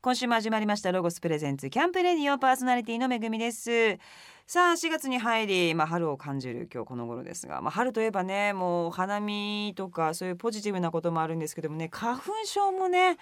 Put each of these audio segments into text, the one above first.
今週も始まりましたロゴスプレゼンツキャンプレディオパーソナリティのめぐみですさあ4月に入り、まあ、春を感じる今日この頃ですが、まあ、春といえばねもうお花見とかそういうポジティブなこともあるんですけどもね花粉症もね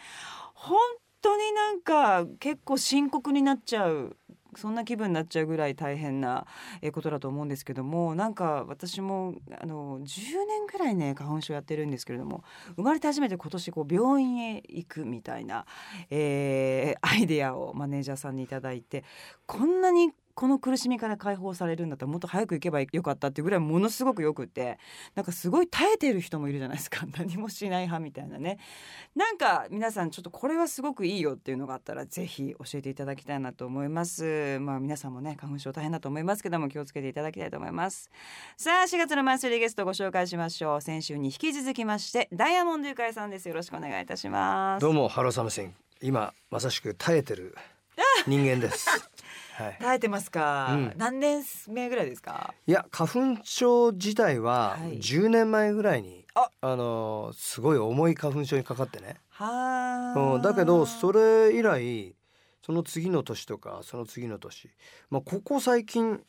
本当になんか結構深刻になっちゃうそんな気分になっちゃうぐらい大変なえーことだと思うんですけどもなんか私もあの10年ぐらいね花粉症やってるんですけれども生まれて初めて今年こう病院へ行くみたいな、えーアイデアをマネージャーさんにいただいてこんなにこの苦しみから解放されるんだったらもっと早く行けばよかったっていうぐらいものすごくよくてなんかすごい耐えてる人もいるじゃないですか 何もしない派みたいなねなんか皆さんちょっとこれはすごくいいよっていうのがあったらぜひ教えていただきたいなと思いますまあ皆さんもね花粉症大変だと思いますけども気をつけていただきたいと思いますさあ4月のマンスリーゲストご紹介しましょう先週に引き続きましてダイヤモンドゆかいさんですよろしくお願いいたしますどうもハローサムシン今まさしく耐えてる人 間です。はい。耐えてますか、うん何年目ぐらいですかいや花粉症自体ははい10年前ぐらいに、ああのーすごい重い花粉症にかかってね。はうん、だけどそれれ以来その次の年とかその次の年、まあここ最近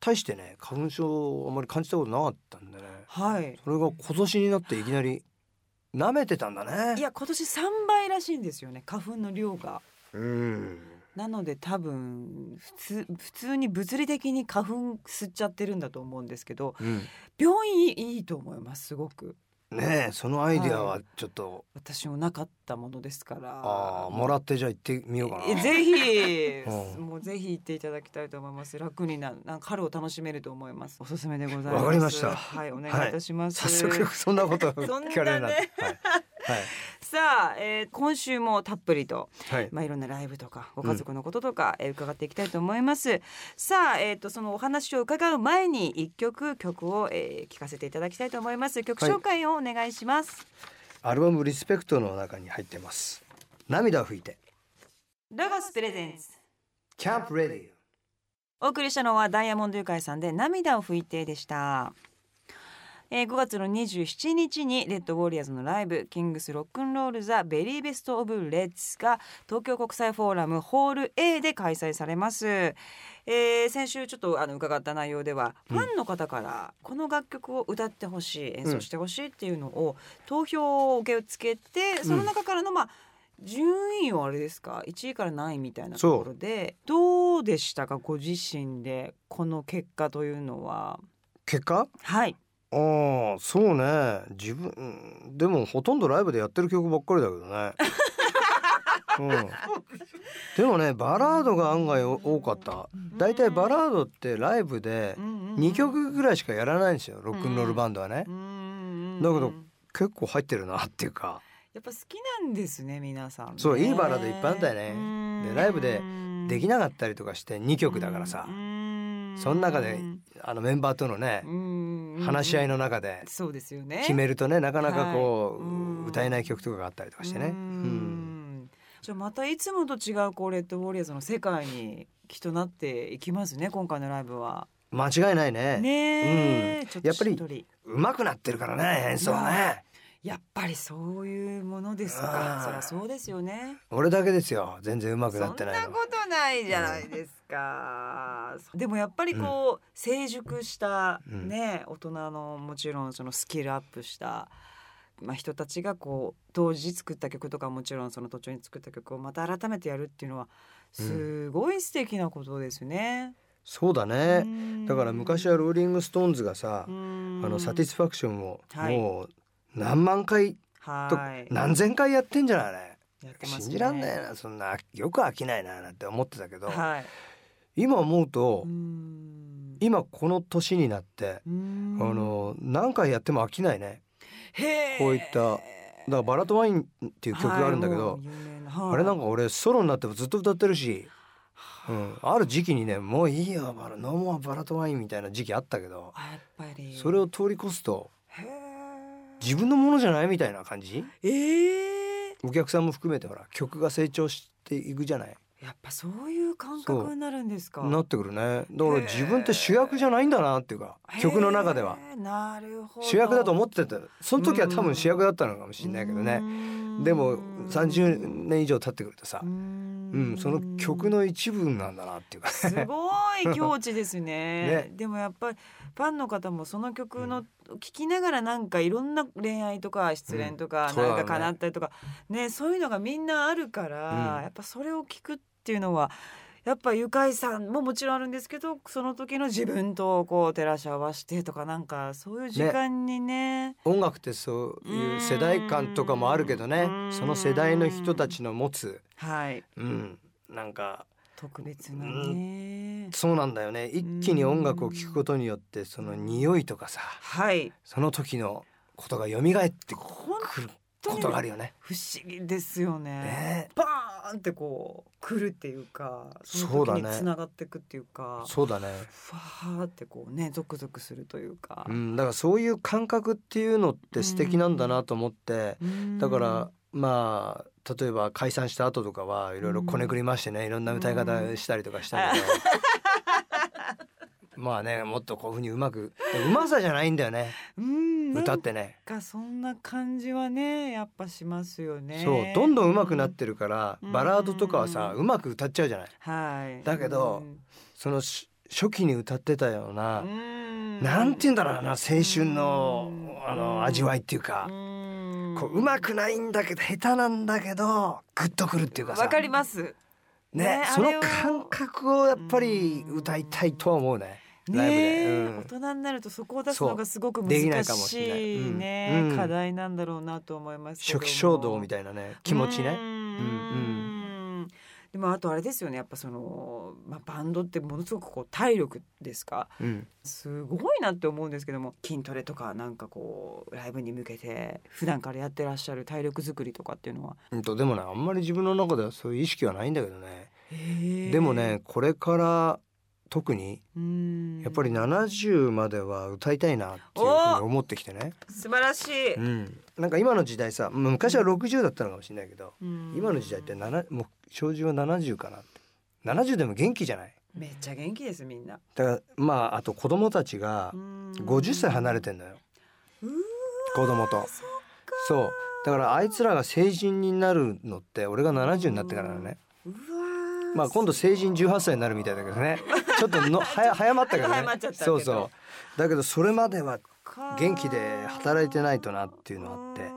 大してね花粉症をあまり感じたことなかったんでね。はいそれが今年になっていきなり舐めてたんだね。いや今年3倍らしいんですよね花粉の量がうん。なので多分普通普通に物理的に花粉吸っちゃってるんだと思うんですけどうん。病院いいと思いますすごくねえそのアイデアはちょっと。私もなかったものですからああもらってじゃあ行ってみようかな。えぜひ、うんもうぜひ行っていただきたいと思います楽にななんか春を楽しめると思いますおすすめでございますわかりましたはいお願いいたします、早速そんなこと そをんなね聞かれるなんて。はいさあ、えー今週もたっぷりとはいはい。まあ、いろんなライブとかご家族のこととか、えー伺っていきたいと思いますさあ、えー、とそのお話を伺う前に一曲曲を、えー、聞かせていただきたいと思います曲紹介をお願いします、アルバムリスペクトの中に入ってます。涙を拭いて。ロゴスプレゼンツキャンプレディお送りしたのはダイヤモンドユカイさんで涙を拭いてでした、えー5月の27日にレッドウォリアーズのライブキングスロックンロールザベリーベストオブレッツが東京国際フォーラムホール A で開催されます、えー先週ちょっとあの伺った内容ではファンの方からこの楽曲を歌ってほしい、演奏してほしいっていうのを投票を受け付けてその中からのまあ順位をあれですか1位から何位みたいなところでどうでしたかご自身でこの結果というのは結果？はいああそうね。自分うんでもほとんどライブでやってる曲ばっかりだけ どね。うん、でもねバラードが案外お多かった大体バラードってライブで2曲ぐらいしかやらないんですよロックンロールバンドはねう、んだけど結構入ってるなっていうかやっぱ好きなんですね皆さんねそういいバラードいっぱいあんだよねうんでライブでできなかったりとかして2曲だからさその中であのメンバーとのね話し合いのの中でそうですよね決めるとねなかなかこはいうんう歌えない曲とかがあったりとかしてねううんんじゃあまたいつもと違うこうレッドウォリアーズの世界にきっとなっていきますね今回のライブは。間違いないねねえ、うんちょっとやっぱりしっとりうまくなってるからね演奏はねやっぱりそういうものですうかんそりゃそうですよね俺だけですよ全然うまそくんななっこてないのとないじゃないですか、でもやっぱりこう、成熟したうんね大人のもちろんそのスキルアップしたまあ人たちがこう当時作った曲とかもちろんその途中に作った曲をまた改めてやるっていうのはすごい素敵なことですね、そうだねだから昔はるローリング・ストーンズがさああののサティスファクションをはいもう何万回とはい何千回やってんじゃないあれやってますね信じらんないなそんなよく飽きないななんて思ってたけど、はい今思うと、うん今この年になって、うんあの何回やっても飽きないねへーこういっただから「バラとワイン」っていう曲があるんだけど、はいもう有名なあれなんかか俺ソロになってもずっと歌ってるし、うん、ある時期にね「もういいよバラノーモアバラとワイン」みたいな時期あったけどやっぱりそれを通り越すとへー自分のものじゃないみたいな感じえーお客さんも含めてほら曲が成長していくじゃない。えやっぱそういう感覚になるんですかなってくるねだからへえ自分って主役じゃないんだなっていうかへー曲の中ではなるほど主役だと思ってたその時は多分主役だったのかもしれないけどねでも30年以上経ってくるとさうーんうんその曲の一部なんだなっていうか すごい境地ですねねでもやっぱりファンの方もその曲の聞きながらなんかいろんな恋愛とか失恋とかうんそうだなねんか叶ったりとかねそういうのがみんなあるからうんやっぱそれを聞くっていうのはやっぱゆかいさんももちろんあるんですけどその時の自分とこう照らし合わせてとかなんかそういう時間にね音楽ってそういう世代感とかもあるけどねうんその世代の人たちの持つはいうんなんか特別なねそうなんだよね一気に音楽を聴くことによってその匂いとかさはいその時のことが蘇って本くる当にことがあるよね。不思議ですよねねバーンってこう来るっていうかそそうだの時ねにつながっていくっていうかそうだね。ふわーってこうねゾクゾクするというかう、ん、だからそういう感覚っていうのって素敵なんだなと思って、うんだからまあ例えば解散した後とかはいろいろこねくりましてねいろんな歌い方したりとかしたけど、 まあねもっとこういうふうにうまくうまさじゃないんだよねうん歌なっんてね。かそんな感じはねやっぱしますよねそうどんどん上手くなっうんてるからうんバラードとかはさうまく歌っちゃうじゃないはいだけどそのし初期に歌ってたようなななんて言うんだろうな青春のうんあの味わいっていうかこううまくないんだけど下手なんだけどグッとくるっていうかさわかりますねねあそれのを感覚をやっぱり歌いたいとは思うねライねブでえ、うん大人になるとそこを出すのがすごくそうできな難いかもしれないしいうんね、うん課題なんだろうなと思いますけど初も期衝動みたいなね気持ちうねんんでもあとあれですよねやっぱその、まあ、バンドってものすごくこう体力ですかうんすごいなって思うんですけども筋トレとかなんかこうライブに向けて普段からやってらっしゃる体力作りとかっていうのはうんとでもねあんまり自分の中ではそういう意識はないんだけどねででもねこれから特にやっぱり70までは歌いたいなっていうふうに思ってきてね素晴らしい、うん、なんか今の時代さまあ昔は60だったのかもしれないけど、うん今の時代ってななもう標準は70かなって70でも元気じゃないめっちゃ元気ですみんなだからまああと子供たちが50歳離れてんのようー子供とそそうだからあいつらが成人になるのって俺が70になってからだねうわーまあ今度成人18歳になるみたいだけど ねちょっとの早早まったけどね早まっちゃったけそどうそうだけどそれまではか元気で働いてないとなっていうのあって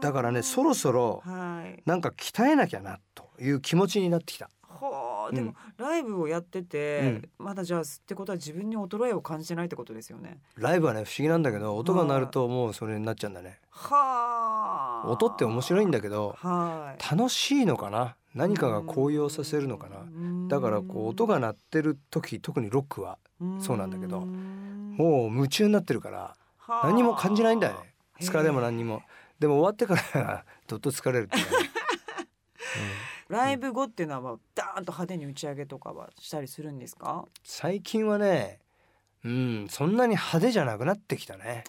だからねそろそろはいなんか鍛えなきゃなという気持ちになってきたほうーんでも、ライブをやってて、まだじゃあってことは自分に衰えを感じてないってことですよねライブはね不思議なんだけど音が鳴るともうそれになっちゃうんだねはあ音って面白いんだだけどはい楽しいのかな何かが高揚させるのかなだからこう音が鳴ってる時特にロックはそうなんだけどももう夢中になってるから何も感じないんだよね疲れも何にもでも終わってから どっと疲れるっていうかねライブ後っていうのはダーンと派手に打ち上げとかはしたりするんですか最近はねうんそんなに派手じゃなくなってきたね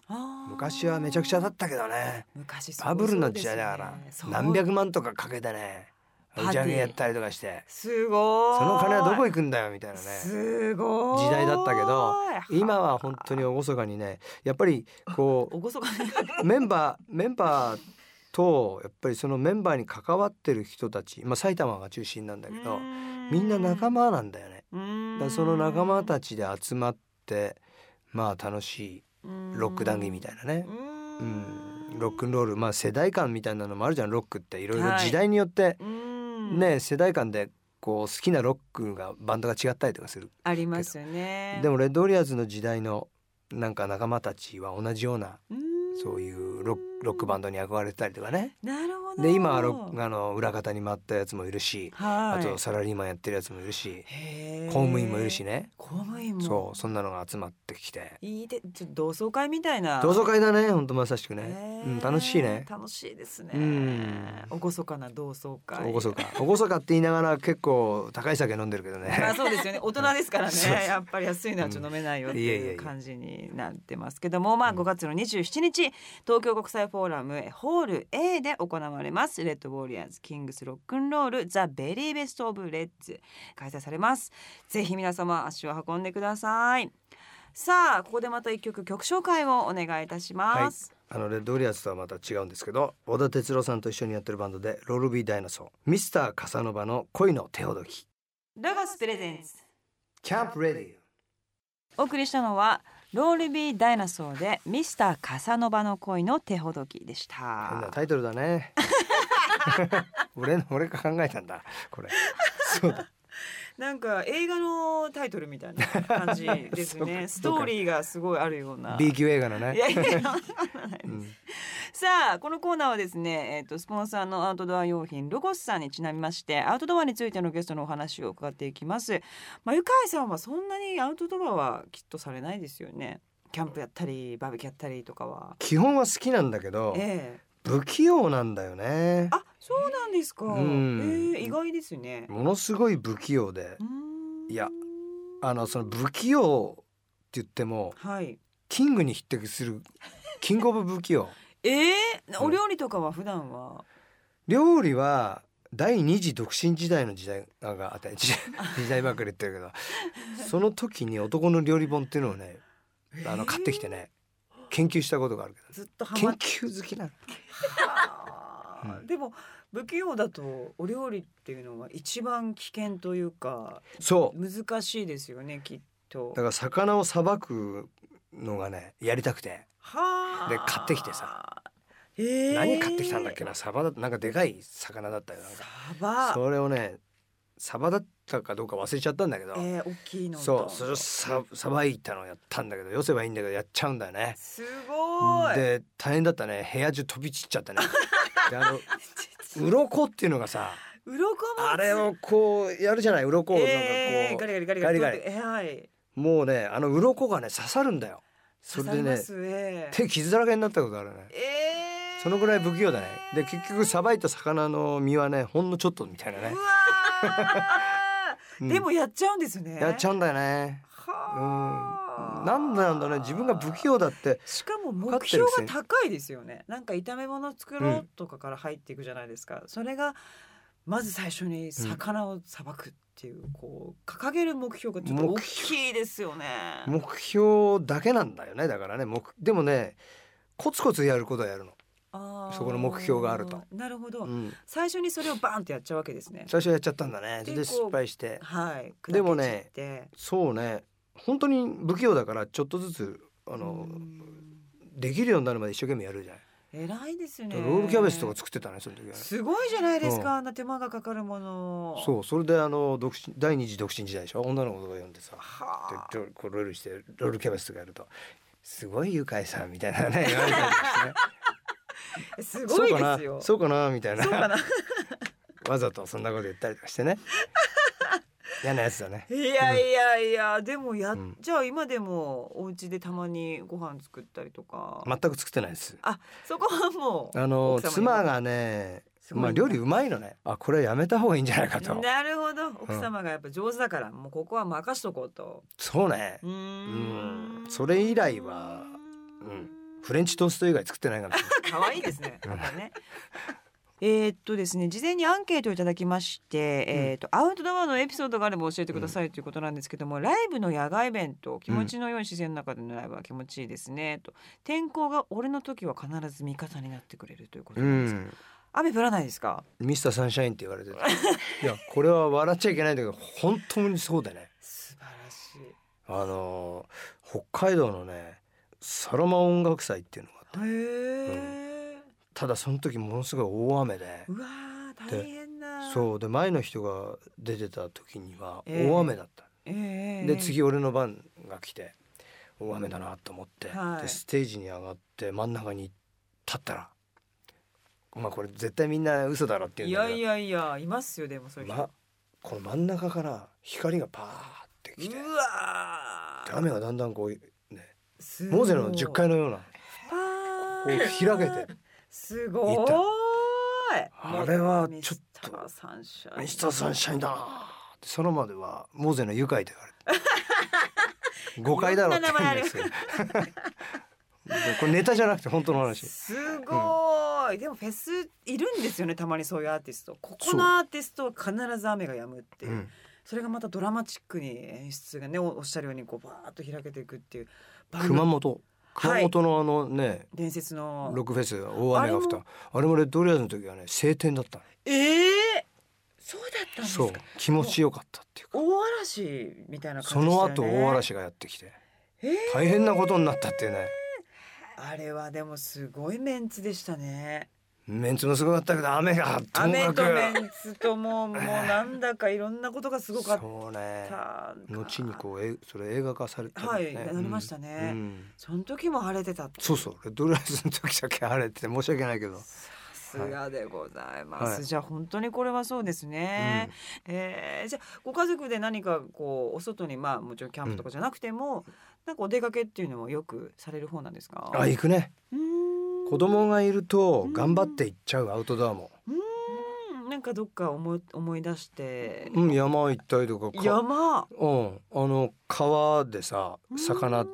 昔はめちゃくちゃだったけどね昔すごいバブルの時代だからそうですね何百万とかかけてねパーティー打ち上げやったりとかしてすごいその金はどこ行くんだよみたいなねすごい時代だったけど今は本当に厳かにねやっぱりこおごそかにうメンバーメンバーとやっぱりそのメンバーに関わってる人たち、まあ、埼玉が中心なんだけどみんな仲間なんだよねだからその仲間たちちで集まってまあ楽しいロック談義みたいなねう、んうん、ロックンロールまあ世代間みたいなのもあるじゃんロックっていろいはろい時代によってうんね世代間でこう好きなロックがバンドが違ったりとかするありますよねでもレッドオリアーズの時代のなんか仲間たちは同じようなそうういうロックロックバンドに憧れてたりとかねんなるほどで今はロックあの裏方に回ったやつもいるし、はいあとサラリーマンやってるやつもいるしへ公ー務員もいるしね公務員もそうそんなのが集まってきていいでちょっと同窓会みたいな同窓会だねほんとまさしくね、へーうん、楽しいね楽しいですねうんおごそかな同窓会おごそかおごそかって言いながら結構高い酒飲んでるけ どまあねそうですよね大人ですからねそうそうやっぱり安いのはちょっと飲めないよっていやいやいいうや感じになってますけどもまあ5月の27日東京国際フォーラムホール A で行われれますレッドウォリアーズキングスロックンロールザ・ベリーベスト・オブ・レッズ開催されますぜひ皆様足を運んでくださいさあここでまた一曲曲紹介をお願いいたしはいます、 あのレッドオリアーズとはまた違うんですけど小田哲郎さんと一緒にやってるバンドでロールビーダイナソーミスターカサノバの恋の手ほどきラガスプレゼンツキャンプレディお送りしたのはロールビーダイナソーでミスターカサノバの恋の手ほどきでし変なたタイトルだ ね 俺の俺が考えたんだこれそうだなんか映画のタイトルみたいな感じ ですそうねかストーリーがすごいあるような B 級映画のいやねいやそんなことないうんさあこのコーナーはですね、えー、とスポンサーのアウトドア用品ロゴスさんにちなみましてアウトドアについてのゲストのお話を伺っていきます。まあ、ゆかいさんはそんなにアウトドアはきっとされないですよね。キャンプやったりバーベキューやったりとかは。基本は好きなんだけどええ不器用なんだよねあそうなんですか。えうんえ意外ですね。ものすごい不器用でうーんいやあのその不器用って言ってもはい。キングに匹敵する キングオブ不器用ええうんお料理とかは普段は。料理は第二次独身時代の時代があった 時代時代ばっかり言ってるけどその時に男の料理本っていうのをねあの買ってきてね研究したことがあるけどずっとハマ研って究好きなのあーうでも不器用だとお料理っていうのは一番危険というかそう難しいですよねきっとだから魚をさばくのがねやりたくてはあで買ってきてさ、えー何買ってきたんだっけなサバだなんかでかい魚だったよなんサかバそれをねサバだったかどうか忘れちゃったんだけど、えー、大きいのとそうそれをささばいたのをやったんだけど寄せばいいんだけどやっちゃうんだよねすごい で大変だったね部屋中飛び散っちゃったねであの鱗っていうのがさ鱗もあれをこうやるじゃない鱗をなんかこう、えー、ガリガリガリガリガリガ取っリてえーはいもうねあの鱗がね刺さるんだよそれで刺ねさりますえー手傷だらけになったことあるねえーそのぐらい不器用だねで結局さばいた魚の身はねほんのちょっとみたいなねう、わーうんでもやっちゃうんですねやっちゃうんだよねうんはあ、なんでなんだろうね自分が不器用だってしかもかっ目てる標くせがに高いですよねなんか炒め物作ろううんとかから入っていくじゃないですか、それがまず最初に魚をさばくっていう、こう掲げる目標がちょっと大目きいですよね目標だけなんだよねだからね目でもねコツコツやることはやるの、あーそこの目標があるとなるほど、うん、最初にそれをバンってやっちゃうわけですね最初やっちゃったんだねででこう失敗してはいでもね砕け散ってそうね本当に不器用だからちょっとずつあのうんできるようになるまで一生懸命やるじゃない、偉いですねロールキャベツとか作ってたねその時はねすごいじゃないですか、うんあんな手間がかかるものそうそれであの独身第二次独身時代でしょ女の子とか呼んでさはあでこうロールしてロールキャベツとかやると「すごいゆかいさん」みたいなね言われたりしてねすそごういかですよなそうかなみたいなそうかな わざとそんなこと言ったりとかしてね嫌なやつだねいやいやいや、でもや、うんじゃあ今でもお家でたまにご飯作ったりとか、全く作ってないですあそこはもうあの奥様妻にがねすごいまあ料理うまいのねあこれはやめた方がいいんじゃないかとなるほど奥様がやっぱ上手だから、もうここは任しとこうとそうねうーんうんそれ以来はうんフレンチトースト以外作ってないかも しれない可愛いですね。うんなんかね。えーっとですね事前にアンケートをいただきまして、えーっとアウトドアのエピソードがあれば教えてくださいということなんですけども、ライブの野外イベント気持ちの良い自然の中でのライブは気持ちいいですね、と天候が俺の時は必ず味方になってくれるということうなんです、ん雨降らないですかミスターサンシャインって言われてたいやこれは笑っちゃいけないんだけど本当にそうでね素晴らしあのー北海道のねサロマ音楽祭っていうのがあっていへえ、ただその時ものすごい大雨でうわー大変だう、そうで前の人が出てた時にはええ大雨だった、えー、で次俺の番が来て大雨だなと思って、はいでステージに上がって真ん中に立ったらまあこれ絶対みんな嘘だろっていうんいだやけどいやいやいますよでもそういう人、ま、この真ん中から光がパーってきてでうわー雨がだんだんこう、ね、すごいモーゼの10階のようなパこうーン開けてすごーいあれはちょっとミスターサンシ「ャインミスターサンシャインだな」ってそのまではモーゼの愉快と言 われて誤解だろって言うんですけどでこれネタじゃなくて本当の話すごーごいでもフェスいるんですよねたまにそういうアーティストここのアーティストは必ず雨が止むっていうう、ん、それがまたドラマチックに演出がねおおっしゃるようにこうバーッと開けていくっていうバンド熊本熊本のあのね、伝説のロックフェス大雨が降ったああれれもレッドオリアーズの時はね晴天だったええそうだったんですそうか気持ちよかったっていうか大嵐みたいなそ感じでしのたよね後大嵐がやってきてええ大変なことになったっていうねあれはでもすごいメンツでしたねメンツもすごかったけど雨がとも雨かくとメンツとももうなんだかいろんなことがすごかっそうねた後にこうえそれ映画化されてるよはいなりましたねうんその時も晴れてたってそうそうレッドオリアーズの時だけ晴れてて申し訳ないけど、さすがでございます、はいじゃあ本当にこれはそうですね、えーじゃあご家族で何かこうお外にまあもちろんキャンプとかじゃなくても、なんかお出かけっていうのはよくされる方なんですかあ行くねうーん子供がいるとうん頑張って行っちゃうアウトドアも、うーんなんかどっか思い思い出して、うん、山行ったりとかか山うん、あの川でさう魚ん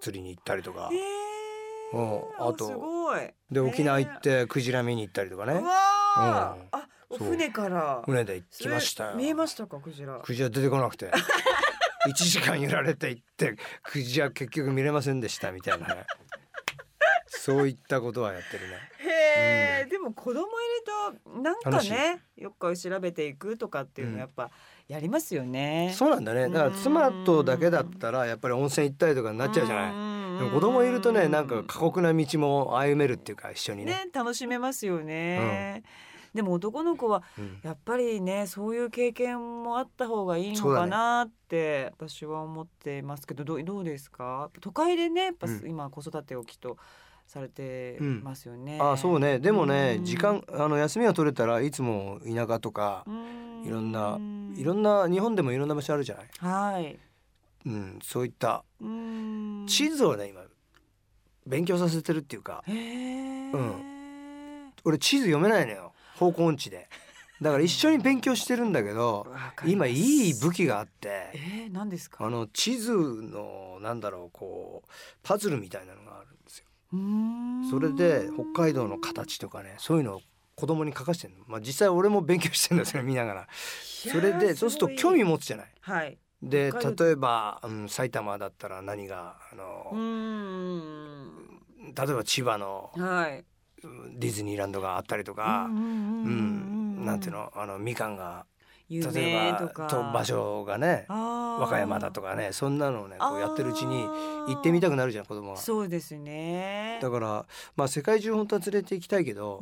釣りに行ったりとかへ、えうんあとすごいで沖縄行っねてクジラ見に行ったりとかえねうわあ、うんあおそう船から船で行きましたよそれ見えましたかクジラクジラ出てこなくて 一時間揺られて行ってクジラ結局見れませんでしたみたいなねそういったことはやってるねへえ、うでも子供いるとなんかねよく調べていくとかっていうのうんやっぱやりますよね。そうなんだねだから妻とだけだったらやっぱり温泉行ったりとかになっちゃうじゃないいでも子供いるとねなんか過酷な道も歩めるっていうか一緒にねね楽しめますよね。でも男の子はうんやっぱりねそういう経験もあった方がいいのそうだかねなって私は思ってますけどどうどうですか都会でねやっぱうん今子育てをきっとされてますよね。ああそうねでもねうん時間あの休みが取れたらいつも田舎とかうんいろんないうろんな日本でもいろんな場所あるじゃない、はい。うん、そういったうん地図をね今勉強させてるっていうかへえ。う俺地図読めないのよ方向音痴でだから一緒に勉強してるんだけどわかりま今すいい武器があっえてー、何ですか。あの地図のなんだろうこうパズルみたいなのがあるんですようーんそれで北海道の形とかねそういうのを子供に書かしてるの、まあ、実際俺も勉強してるんですよ見ながらそれでそうすると興味も。持つじゃないはい。で北海道例えば、うん、埼玉だったら何があの、うーん。例えば千葉のはい。うんディズニーランドがあったりとか、んうんなんていうの。のあのみかんが有例え名ばととか。場。所がね和和歌山だとか。かねそんなのをねこうやってるうちにあー行ってみたくなるじゃん子供は。そうですね。だから、まあ、世界中本当は連れて行きたいけど、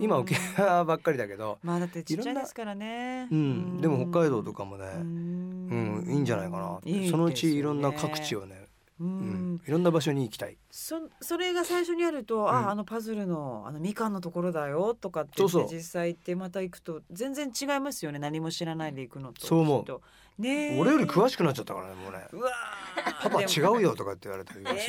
今沖縄。縄ばっかりだけど、まあだってちっちゃいろいんなですからね。うんでも北海道とか。かもね、ううんんいいんじゃないかなってそのうちいろんな各地。をね、ううんん。いろんな場所に行きたい。そそれが最初にあると、うんああのパズルのあのみかんのところだよとかって言ってそうそう実際行ってまた行くと全然違いますよね何も知らないで行くのとそう思うきっとねえ俺より詳しくなっちゃったからねもうねうわ「パパ違ううよ」とかって言われてるえよね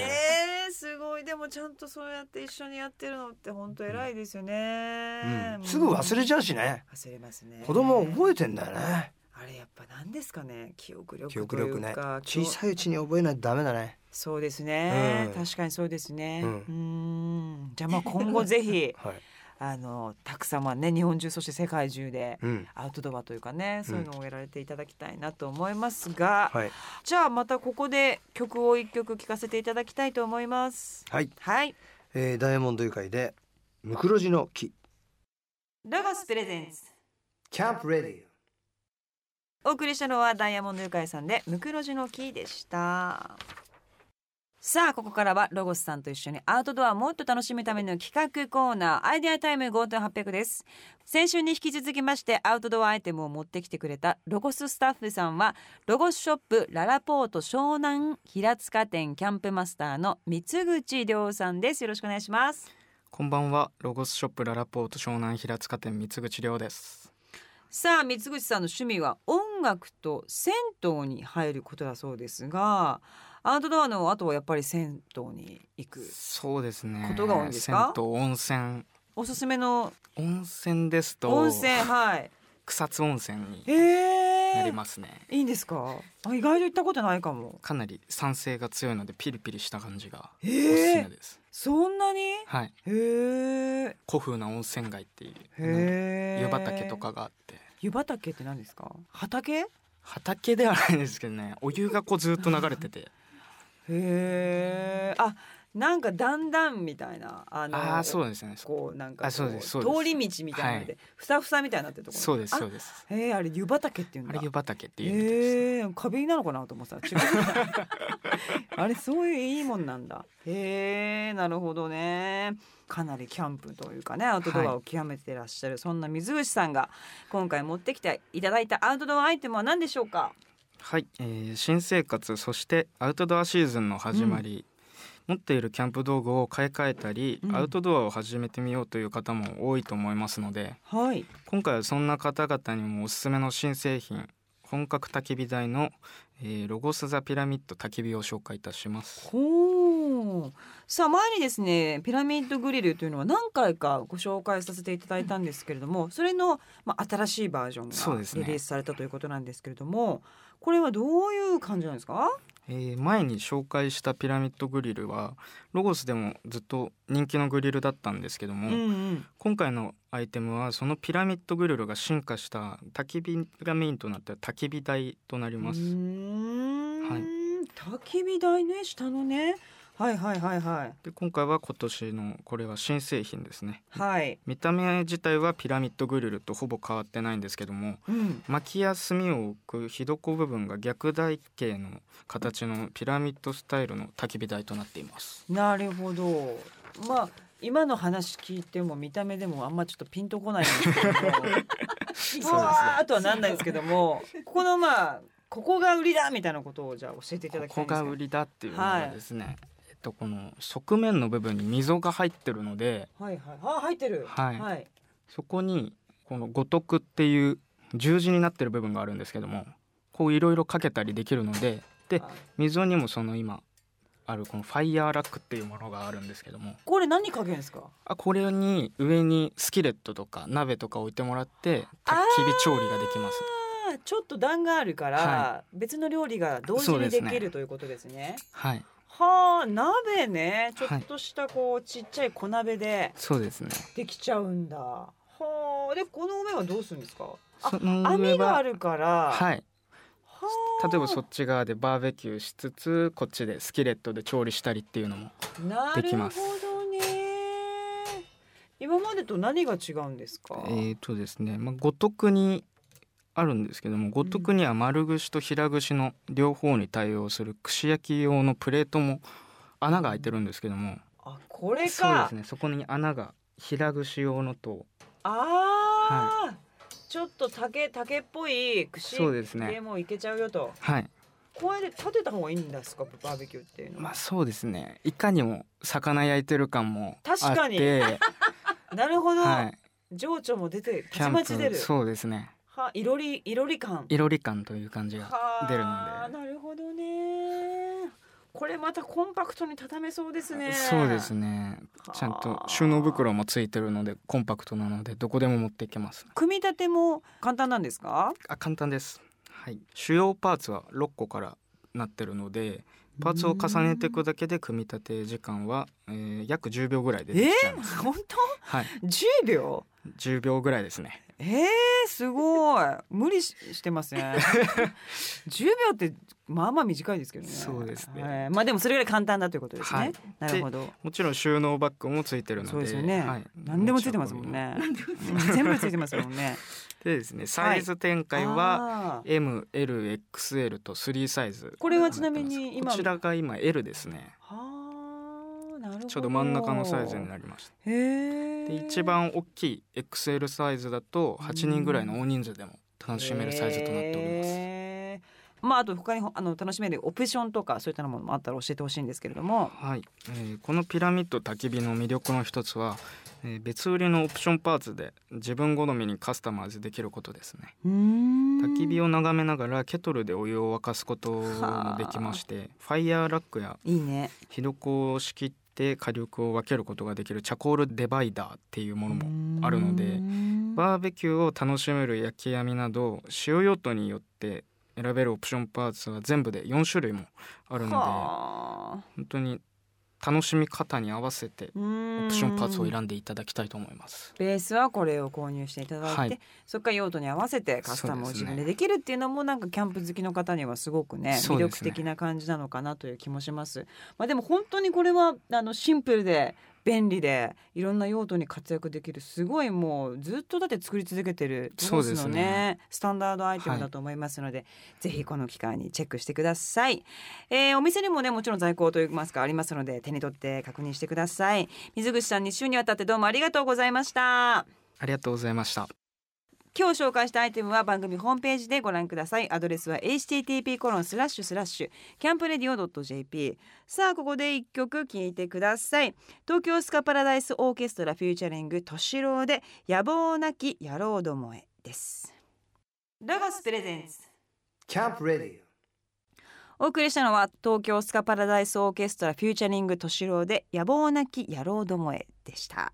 えすごいでもちゃんとそうやって一緒にやってるのって本当偉いですよね、うん、すぐ忘れちゃうしね忘れますね子供覚ええてんだよねあれやっぱ何ですかね記憶力と記いうか憶力ね記小憶さいうちに覚えないとダメだねそうですね、うん確かにそうですねううんんんじゃあまあ今後ぜ ひはい、あのたくさんまあね日本中そして世界中でうんアウトドアというかねうんそういうのをやられていただきたいなと思いますが、はいじゃあまたここで曲を一曲聴かせていただきたいと思います。はいはい、えーダイヤモンド愉快で「ムクロジの木ロゴスプレゼンス」キャンプレディお送りしたのはダイヤモンドユカイさんでムクロジの木でしたさあここからはロゴスさんと一緒にアウトドアをもっと楽しむための企画コーナーアイデアタイム5800です先週に引き続きましてアウトドアアイテムを持ってきてくれたロゴススタッフさんはロゴスショップララポート湘南平塚店キャンプマスターの三口亮さんですよろしくお願いしますこんばんはロゴスショップララポート湘南平塚店三口亮ですさあ三口さんの趣味は音楽と銭湯に入ることだそうですがアウトドアの後はやっぱり銭湯に行くそうですねことが多いんですか銭湯温泉おすすめの温泉ですと温泉はい草津温泉にへええなりますね、いいんですかあ意外と行ったことないかもかなり酸性が強いのでピリピリした感じがおすすえめー、です、そんなにはいへー古風な温泉街っていうへー湯畑とかがあって湯畑って何ですか畑へ畑ではないですけどねお湯がこうずっと流れててえあなんか段々みたいなあのああそうですねそこうなんかこあそうですそうです通り道みたいなので、ふさふさみたいになってるところそうですあそうですへえあれ湯畑っていうんあだれ湯畑っていうみたいですね、へえ花瓶なのかなと思ってた違う あれそういういいもんなんだへえなるほどねかなりキャンプというかねアウトドアを極めてらっしゃる、そんな水口さんが今回持ってきていただいたアウトドアアイテムは何でしょうかはい、えー新生活そしてアウトドアシーズンの始まり、持っているキャンプ道具を買い替えたり、うんアウトドアを始めてみようという方も多いと思いますのではい今回はそんな方々にもおすすめの新製品本格焚き火台の、えーロゴス・ザ・ピラミッド焚き火を紹介いたしますほうさあ前にですねピラミッドグリルというのは何回かご紹介させていただいたんですけれどもそれの、まあ、新しいバージョンそうがですねリリースされたということなんですけれども、これはどういう感じなんですかえー前に紹介したピラミッドグリルはロゴスでもずっと人気のグリルだったんですけども、うん今回のアイテムはそのピラミッドグリルが進化した焚き火がメインとなった焚き火台となりうます、んはい焚き火台ね下のねはいはいはいはいで今回は今年のこれは新製品ですねはい、見た目自体はピラミッドグリルとほぼ変わってないんですけどもうん、薪や炭を置く火床部分が逆台形の形のピラミッドスタイルの焚き火台となっていますなるほどまあ今の話聞いても見た目でもあんまちょっとピンとこないんです けどもうわーとはなんないんですけどもここのまあここが売りだみたいなことをじゃあ教えていたこだきたいこんですがけど売りだっていうのがですね、えっとこの側面の部分に溝が入ってるのではいはいあ入ってるはいはい、そこにこの五徳っていう十字になってる部分があるんですけどもこういろいろかけたりできるのでであ溝にもその今あるこのファイヤーラックっていうものがあるんですけどもこれ何かけるんですかあこれに上にスキレットとか鍋とか置いてもらって焚き火調理ができますあーちょっと段があるから、は別の料理が同時そうにですでねきるということですねはいはあ鍋ねちょはいっとしたこうちっちゃい小鍋でそうですねできちゃうんだはあでこの上はどうするんですかあその網があはるから、はいはあ例えばそっち側でバーベキューしつつこっちでスキレットで調理したりっていうのもなでるきほますどね今までと何が違うんですか、えーとですね、まあ、五徳にあるんですけども五徳には丸串と平串の両方に対応する串焼き用のプレートも穴が開いてるんですけども、あこれそうでか、すねそこに穴が平串用のとああ、ちょっと竹竹っぽい串そうですねもいけちゃうよとはいこれで立てた方がいいんですかバーベキューっていうのはまあそうですねいかにも魚焼いてる感もあって確かに なるほど、はい、情緒も出てキたちャまち出ンプるそうですねはいろりいろり感いろり感という感じが出るはあのでなるほどねこれまたコンパクトに畳めそうですねそうですねちゃんと収納袋もついてるのでコンパクトなのでどこでも持っていけます組み立ても簡単なんですかあ簡単です、はい、主要パーツは6個からなってるのでパーツを重ねていくだけで組み立て時間は、えー約10秒ぐらいでできちゃいます、本はい、当10秒10秒ぐらいですねえー、すごい無理ししてません 10秒ってまあまあ短いですけどねそうですねはいまあでもそれぐらい簡単だということですね、はいなるほどもちろん収納バッグもついてるのでそうですよね、はい、何でもついてますもんねうん全部ついてますもんねでですねサイズ展開あはー MLXL と3サイズこれはちなみに今こちらが今 L ですねはあなるほどちょうど真ん中のサイズになりましたへえで一番大きい XL サイズだと8人ぐらいの大人数でも楽しめるサイズとなっております、へーまああと他にほあの楽しめるオプションとかそういったものもあったら教えてほしいんですけれどもはい、えーこのピラミッド焚き火の魅力の一つは、えー別売りのオプションパーツで自分好みにカスタマイズできることですね焚焚き火をを眺めながらケトルでお湯を沸かすこともできましてファイヤーラックやいいね火床を仕切って火力を分けることができるチャコールデバイダーっていうものもあるのうーでんバーベキューを楽しめる焼き網など使用用途によって選べるオプションパーツは全部で4種類もあるので本はあ当に楽しみ方に合わせてうーんオプションパーツを選んでいただきたいと思います。ベースはこれを購入していただいて、はいそっから用途に合わせてカスタムをそうで自すね分でできるっていうのもなんかキャンプ好きの方にはすごくねそ魅うで力すね的な感じなのかなという気もします。まあでも本当にこれはあのシンプルで便利でいろんな用途に活躍できるすごいもうずっとだって作り続けてるそうですドロスねのねスタンダードアイテムだと思いますので、ぜひこの機会にチェックしてください、えーお店にもねもちろん在庫といいますかありますので手に取って確認してください水口さん2週にわたってどうもありがとうございましたありがとうございました。今日紹介したアイテムは番組ホームページでご覧くださいアドレスは http コロンスラッシュスラッシュキャンプレディオ .jp さあここで一曲聴いてください東京スカパラダイスオーケストラフューチャリング敏郎で野望なき野郎どもへですラガスプレゼンスキャンプレディお送りしたのは東京スカパラダイスオーケストラフューチャリング敏郎で野望なき野郎どもへでした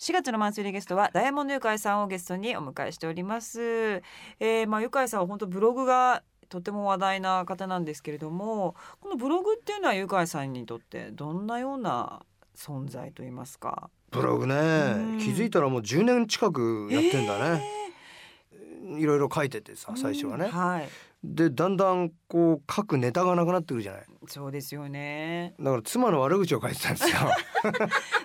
4月のマンスリーゲストはダイヤモンドユカイさんをゲストにお迎えしております、えー、まあユカイさんは本当ブログがとても話題な方なんですけれどもこのブログっていうのはユカイさんにとってどんなような存在といいますかブログねん気づいたらもう10年近くやってんだね、いろいろ書いててさ最初はね、はいでだんだんこう書くネタがなくなってくるじゃないそうですよねだから妻の悪口を書いてたん ですよ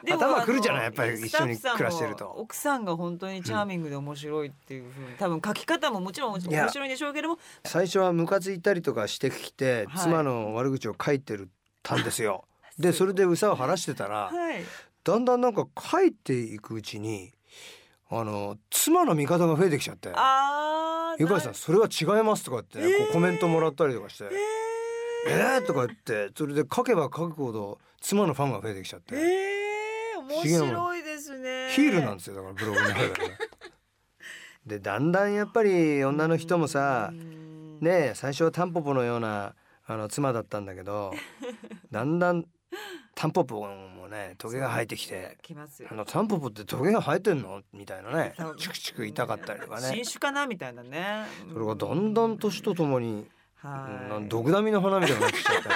でも頭あのくるじゃないやっぱり一緒にスタッフさんも暮らしてると奥さんが本当にチャーミングで面白いっていうふうに多分書き方ももちろん面いや白いんでしょうけども最初はムカついたりとかしてきて、はい妻の悪口を書いてるたん ですよでそれでうさを晴らしてたらはいだんだんなんか書いていくうちにあの妻の味方が増えてきちゃってあ「ゆかいさんそれは違います」とかって、こうコメントもらったりとかしてえ「えーとか言ってそれで書けば書くほど妻のファンが増えてきちゃっー、て、えー、面資源白いですねヒールなでんですよだからブログに入るからねでだんだんやっぱり女の人もさねえ最初はタンポポのようなあの妻だったんだけどだんだんタンポポもねトゲが生えてきてきますよあのタンポポってトゲが生えてんのみたいなねそうチクチク痛かったりとかね新種かなみたいなねそれがどんどん年とともに、はいなん毒ダミの花みたいになってき ちゃったね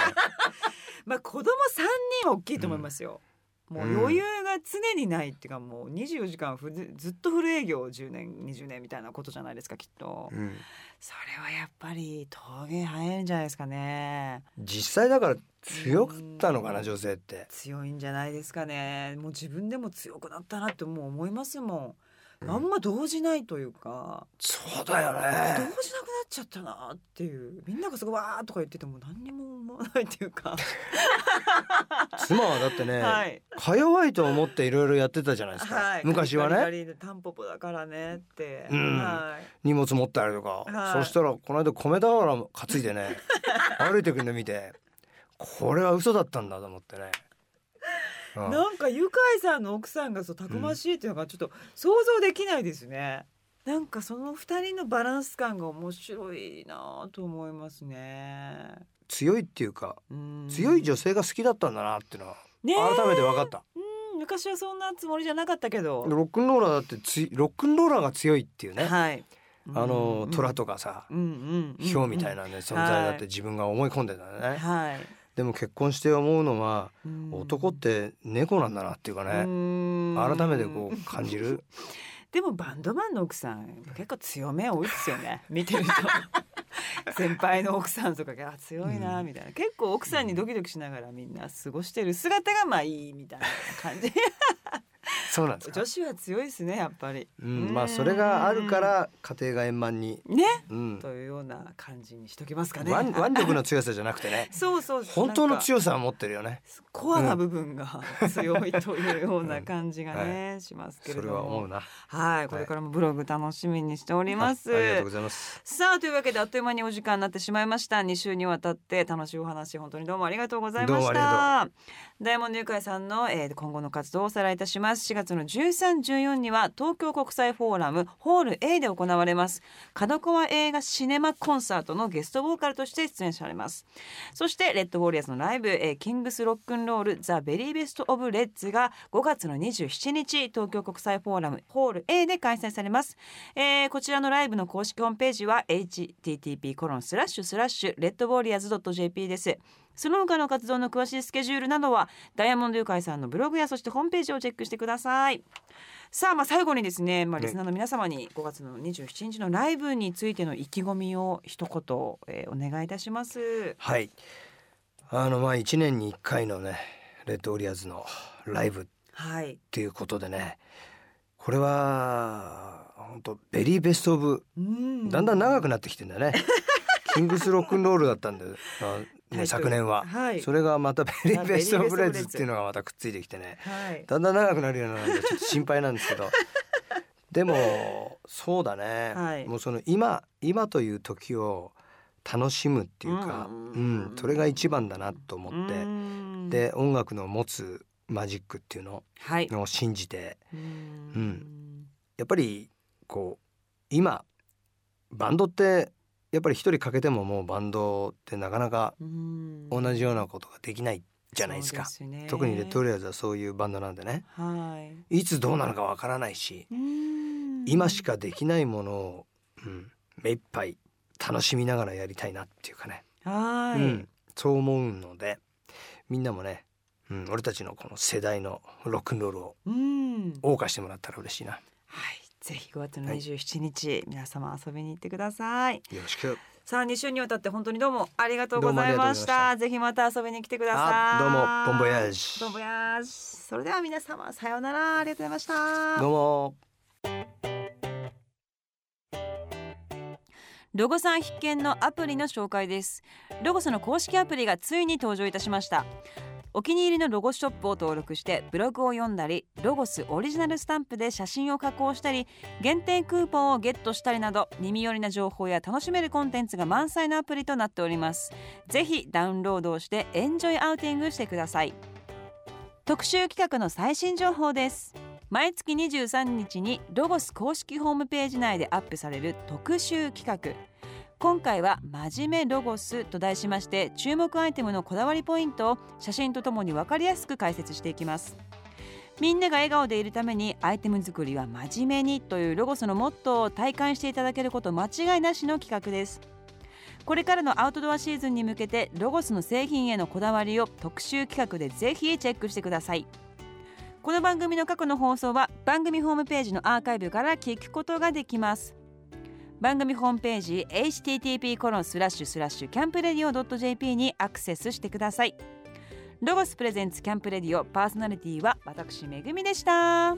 まあ子供三人は大きいと思いますよ、もう余裕が常にないっていうかもう24時間ふずずっとフル営業10年20年みたいなことじゃないですかきっと、うんそれはやっぱり峠生えるんじゃないですかね実際だから強かったのかな女性って強いんじゃないですかねもう自分でも強くなったなってもう思いますもん、あんま動じないというかそうだよ動じなねくなっちゃったなっていうみんながすごいわーとか言ってても何にも思わないっていうか、妻はだってね、はいか弱いと思っていろいろやってたじゃないですか、はい昔はねガリガリでタンポポだからねって、うんはい荷物持ったりとか、はいそしたらこの間米俵も担いで ね歩いてくるの見てこれは嘘だったんだと思ってね、うんなんかゆかいさんの奥さんがそうたくましいっていうのがちょっと想像できないですね。なんかその二人のバランス感が面白いなと思いますね。強いっていうかうん強い女性が好きだったんだなっていうのはねえ改めて分かった、うん昔はそんなつもりじゃなかったけど。ロックンローラーだってついロックンローラーが強いっていうね、はい。あの虎ととかさ、うんうんうんヒョウみたい。なね存在だって自分が思い込んでたんだね、はい。でも結婚して思うのはうん男って猫なんだなっていうかね、うん改めてこう感 じるでもバンドマンの奥さん結構強め多いですよ ね見てると先輩の奥さんとかがあ強いなうんみたいな、結構奥さんにドキドキしながらみんな過ごしてる姿がまあいいみたいな感じそうなんですか女子は強いですねやっぱりうん、まあそれがあるから家庭が円満に、ねうん、というような感じにしときますかね腕腕力の強さじゃなくてねそう そう本当のい強さを持ってるよねコアな部分が強いというような感じがね、しますけそれどれもは思うなはいこれからもブログ楽しみにしております、あありがとうございますさあというわけであっという間にお時間になってしまいました2週にわたって楽しいお話本当にどうもありがとうございまどうもしあたダイヤモンドユカイさんの、えー今後の活動をおさらいいたします4月の1314には東京国際フォーラムホール A で行われます角川映画シネマコンサートのゲストボーカルとして出演されますそしてレッドウォリアーズのライブ、えーキングスロックンロールザ・ベリーベスト・オブ・レッズが5月の27日東京国際フォーラムホール A で開催されます、えーこちらのライブの公式ホームページは http コロンスラッシュスラッシュレッドウォリアーズ .jp ですその他の活動の詳しいスケジュールなどはダイヤモンドユカイさんのブログやそしてホームページをチェックしてくださいさあまあ最後にですね、まあ、はいリスナーの皆様に5月の27日のライブについての意気込みを一言、えーお願いいたします。はいあのまあ1年に1回のねレッドオリアーズのライブっはい、ていうことでねこれは本当ベリーベスト・オブうんだんだん長くなってきてんだ ねキングスロックンロールだったんだよ、あタね、イトル昨年は、はいそれがまたベリあーベスト・オブ・レッベリーベストオブレッズズっていうのがまたくっついてきてねはい、だんだん長くなるようなのでちょっと心配なんですけどでもそうだね、はいもうその今今という時を楽しむっていうか、ううんんうんそれが一番だなと思って、うんで音楽の持つマジックっていうのはい、を信じてううんやっぱりこう今バンドってやっぱり一人欠けてももうバンドってなかなかうん同じようなことができないじゃないですか。そうね特にレッドオリアーズはそういうバンドなんでねはい、いつどうなるかわからないしうん今しかできないものを、うん、目いっぱい楽しみながらやりたいなっていうかね、はい、うん、そう思うのでみんなもね、うん、俺たちのこの世代のロックンロールをうん謳歌してもらったら嬉しいなはい、ぜひ5月のはい27日、皆様遊びに行ってください。よろしくさあ2週にわたって本当にどうもありがとうございました。どうもあぜひまた遊びに来てくださあい。どうもボンボヤージ。ジボンボヤージ。それでは皆様さようならありがとうございました。どうもロゴさん必見のアプリの紹介ですロゴスの公式アプリがついに登場いたしましたお気に入りのロゴショップを登録してブログを読んだりロゴスオリジナルスタンプで写真を加工したり限定クーポンをゲットしたりなど耳寄りな情報や楽しめるコンテンツが満載のアプリとなっておりますぜひダウンロードをしてエンジョイアウティングしてください特集企画の最新情報です毎月23日にロゴス公式ホームページ内でアップされる特集企画今回は「真面目ロゴス」と題しまして注目アイテムのこだわりポイントを写真とともに分かりやすく解説していきますみんなが笑顔でいるためにアイテム作りは真面目にというロゴスのモットーを体感していただけること間違いなしの企画ですこれからのアウトドアシーズンに向けてロゴスの製品へのこだわりを特集企画でぜひチェックしてくださいこの番組の過去の放送は番組ホームページのアーカイブから聞くことができます番組ホームページ http コロンスラッシュスラッシュキャンプレディオ .jp にアクセスしてくださいロゴスプレゼンツキャンプレディオパーソナリティは私めぐみでした